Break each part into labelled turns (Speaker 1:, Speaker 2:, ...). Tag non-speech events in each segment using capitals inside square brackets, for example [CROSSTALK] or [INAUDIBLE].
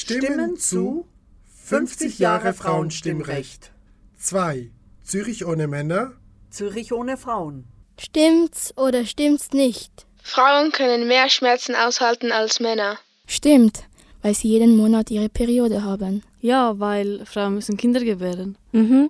Speaker 1: Stimmen zu 50 Jahre Frauenstimmrecht.
Speaker 2: 2. Zürich ohne Männer.
Speaker 1: Zürich ohne Frauen.
Speaker 3: Stimmt's oder stimmt's nicht?
Speaker 4: Frauen können mehr Schmerzen aushalten als Männer.
Speaker 3: Stimmt, weil sie jeden Monat ihre Periode haben.
Speaker 5: Ja, weil Frauen müssen Kinder gebären.
Speaker 6: Mhm.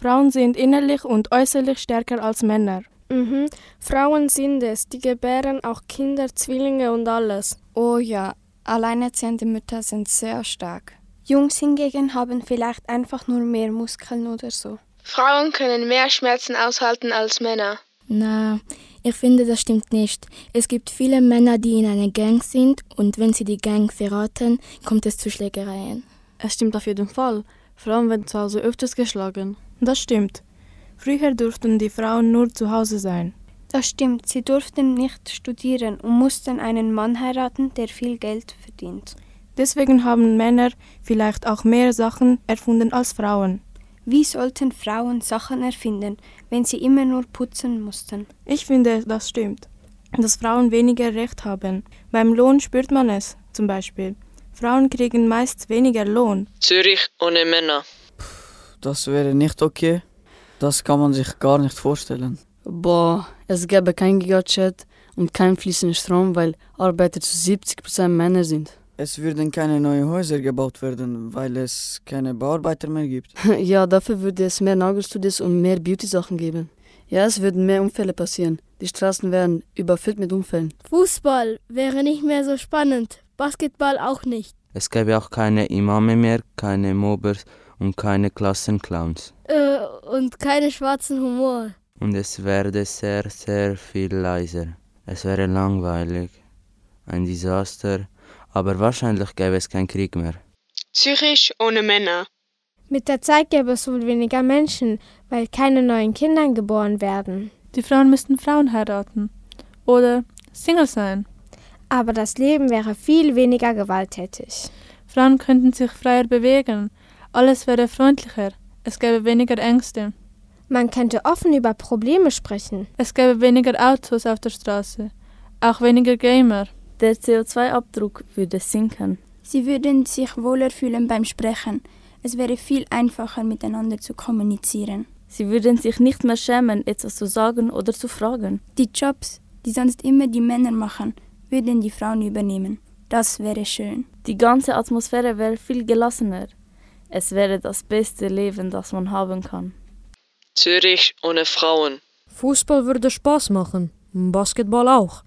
Speaker 6: Frauen sind innerlich und äußerlich stärker als Männer.
Speaker 7: Mhm. Frauen sind es, die gebären auch Kinder, Zwillinge und alles.
Speaker 8: Oh ja, alleinerziehende Mütter sind sehr stark.
Speaker 9: Jungs hingegen haben vielleicht einfach nur mehr Muskeln oder so.
Speaker 4: Frauen können mehr Schmerzen aushalten als Männer.
Speaker 3: Na, ich finde, das stimmt nicht. Es gibt viele Männer, die in einer Gang sind und wenn sie die Gang verraten, kommt es zu Schlägereien.
Speaker 5: Es stimmt auf jeden Fall. Frauen werden zu Hause öfters geschlagen.
Speaker 6: Das stimmt. Früher durften die Frauen nur zu Hause sein.
Speaker 9: Das stimmt, sie durften nicht studieren und mussten einen Mann heiraten, der viel Geld verdient.
Speaker 6: Deswegen haben Männer vielleicht auch mehr Sachen erfunden als Frauen.
Speaker 9: Wie sollten Frauen Sachen erfinden, wenn sie immer nur putzen mussten?
Speaker 6: Ich finde, das stimmt. Dass Frauen weniger Recht haben. Beim Lohn spürt man es, zum Beispiel. Frauen kriegen meist weniger Lohn.
Speaker 10: Zürich ohne Männer.
Speaker 11: Das wäre nicht okay. Das kann man sich gar nicht vorstellen.
Speaker 12: Boah, es gäbe kein Gigachat und kein fließender Strom, weil Arbeiter zu 70% Männer sind. [LAUGHS]
Speaker 11: Es würden keine neuen Häuser gebaut werden, weil es keine Bauarbeiter mehr gibt.
Speaker 12: ja, dafür würde es mehr Nagelstudios und mehr Beauty-Sachen geben. Ja, es würden mehr Unfälle passieren. Die Straßen wären überfüllt mit Unfällen.
Speaker 3: Fußball wäre nicht mehr so spannend. Basketball auch nicht.
Speaker 13: Es gäbe auch keine Imame mehr, keine Mobbers und keine Klassenclowns.
Speaker 3: Äh, und keine schwarzen Humor.
Speaker 13: Und es werde sehr, sehr viel leiser. Es wäre langweilig. Ein Desaster aber wahrscheinlich gäbe es keinen Krieg mehr.
Speaker 4: Zürich ohne Männer.
Speaker 7: Mit der Zeit gäbe es wohl weniger Menschen, weil keine neuen Kinder geboren werden.
Speaker 14: Die Frauen müssten Frauen heiraten oder Single sein.
Speaker 7: Aber das Leben wäre viel weniger gewalttätig.
Speaker 14: Frauen könnten sich freier bewegen, alles wäre freundlicher, es gäbe weniger Ängste.
Speaker 7: Man könnte offen über Probleme sprechen.
Speaker 14: Es gäbe weniger Autos auf der Straße, auch weniger Gamer.
Speaker 15: Der CO2-Abdruck würde sinken.
Speaker 16: Sie würden sich wohler fühlen beim Sprechen. Es wäre viel einfacher, miteinander zu kommunizieren.
Speaker 15: Sie würden sich nicht mehr schämen, etwas zu sagen oder zu fragen.
Speaker 16: Die Jobs, die sonst immer die Männer machen, würden die Frauen übernehmen. Das wäre schön.
Speaker 15: Die ganze Atmosphäre wäre viel gelassener. Es wäre das beste Leben, das man haben kann.
Speaker 10: Zürich ohne Frauen.
Speaker 17: Fußball würde Spaß machen. Basketball auch.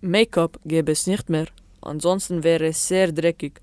Speaker 18: Make-up gäbe es nicht mehr. Ansonsten wäre es sehr dreckig.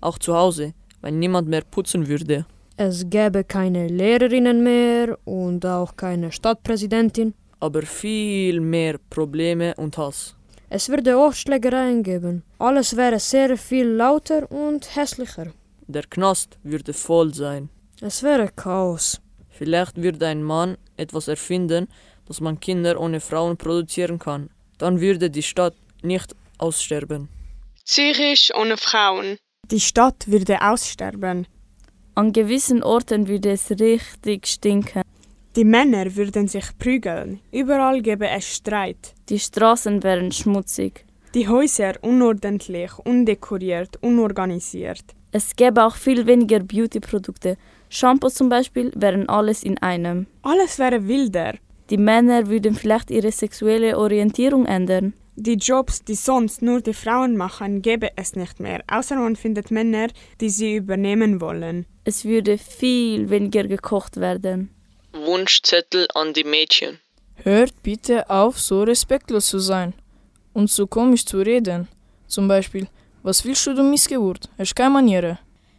Speaker 18: Auch zu Hause, wenn niemand mehr putzen würde.
Speaker 17: Es gäbe keine Lehrerinnen mehr und auch keine Stadtpräsidentin.
Speaker 18: Aber viel mehr Probleme und Hass.
Speaker 17: Es würde oft Schlägereien geben. Alles wäre sehr viel lauter und hässlicher.
Speaker 18: Der Knast würde voll sein.
Speaker 17: Es wäre Chaos.
Speaker 18: Vielleicht würde ein Mann etwas erfinden, dass man Kinder ohne Frauen produzieren kann. Dann würde die Stadt nicht aussterben.
Speaker 4: Zürich ohne Frauen.
Speaker 19: Die Stadt würde aussterben.
Speaker 15: An gewissen Orten würde es richtig stinken.
Speaker 19: Die Männer würden sich prügeln. Überall gäbe es Streit.
Speaker 15: Die Straßen wären schmutzig.
Speaker 19: Die Häuser unordentlich, undekoriert, unorganisiert.
Speaker 15: Es gäbe auch viel weniger Beauty-Produkte. Shampoos zum Beispiel wären alles in einem.
Speaker 19: Alles wäre wilder.
Speaker 15: Die Männer würden vielleicht ihre sexuelle Orientierung ändern.
Speaker 19: Die Jobs, die sonst nur die Frauen machen, gäbe es nicht mehr, außer man findet Männer, die sie übernehmen wollen.
Speaker 15: Es würde viel weniger gekocht werden.
Speaker 10: Wunschzettel an die Mädchen.
Speaker 20: Hört bitte auf, so respektlos zu sein und so komisch zu reden. Zum Beispiel, was willst du, du Missgeburt? Hast keine Maniere.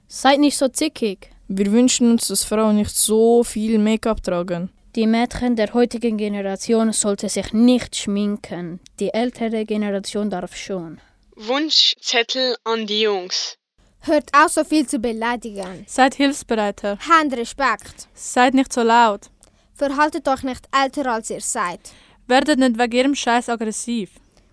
Speaker 8: Seid nicht so zickig.
Speaker 20: Wir wünschen uns, dass Frauen nicht so viel Make-up tragen.
Speaker 8: Die Mädchen der heutigen Generation sollte sich nicht schminken. Die ältere Generation darf schon.
Speaker 4: Wunschzettel an die Jungs.
Speaker 5: Hört auf, so viel zu beleidigen.
Speaker 14: Seid hilfsbereiter.
Speaker 5: Hand Respekt.
Speaker 14: Seid nicht so laut.
Speaker 5: Verhaltet euch nicht älter, als ihr seid.
Speaker 14: Werdet nicht wegen jedem Scheiß aggressiv.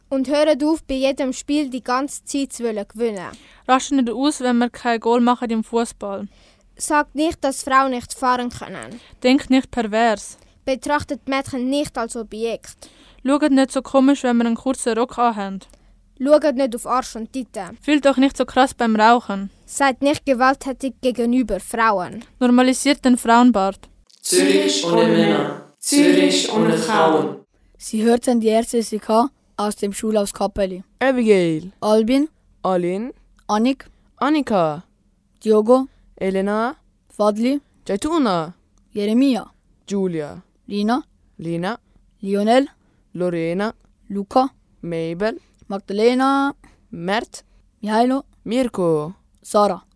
Speaker 5: Und hört auf, bei jedem Spiel die ganze Zeit zu gewinnen.
Speaker 14: Raschen nicht aus, wenn wir kein Goal machen im Fußball.
Speaker 5: Sagt nicht, dass Frauen nicht fahren können.
Speaker 14: Denkt nicht pervers.
Speaker 5: Betrachtet Mädchen nicht als Objekt.
Speaker 14: Schaut nicht so komisch, wenn wir einen kurzen Rock anhaben.
Speaker 3: Schaut nicht auf Arsch und Titte.
Speaker 14: Fühlt euch nicht so krass beim Rauchen.
Speaker 3: Seid nicht gewalttätig gegenüber Frauen.
Speaker 14: Normalisiert den Frauenbart.
Speaker 21: Zürich ohne Männer. Zürich ohne Frauen.
Speaker 12: Sie hörten die erste CK aus dem Schulhaus Kappeli.
Speaker 18: Abigail.
Speaker 12: Albin.
Speaker 18: Alin.
Speaker 12: Annik.
Speaker 18: Annika.
Speaker 12: Diogo.
Speaker 18: Elena.
Speaker 12: Fadli.
Speaker 18: Jaituna.
Speaker 12: Jeremia.
Speaker 18: Julia.
Speaker 12: Lina.
Speaker 18: Lina.
Speaker 12: Lionel.
Speaker 18: Lorena.
Speaker 12: Luca.
Speaker 18: Mabel.
Speaker 12: Magdalena.
Speaker 18: Mert.
Speaker 12: Mihailo.
Speaker 18: Mirko.
Speaker 12: Sara.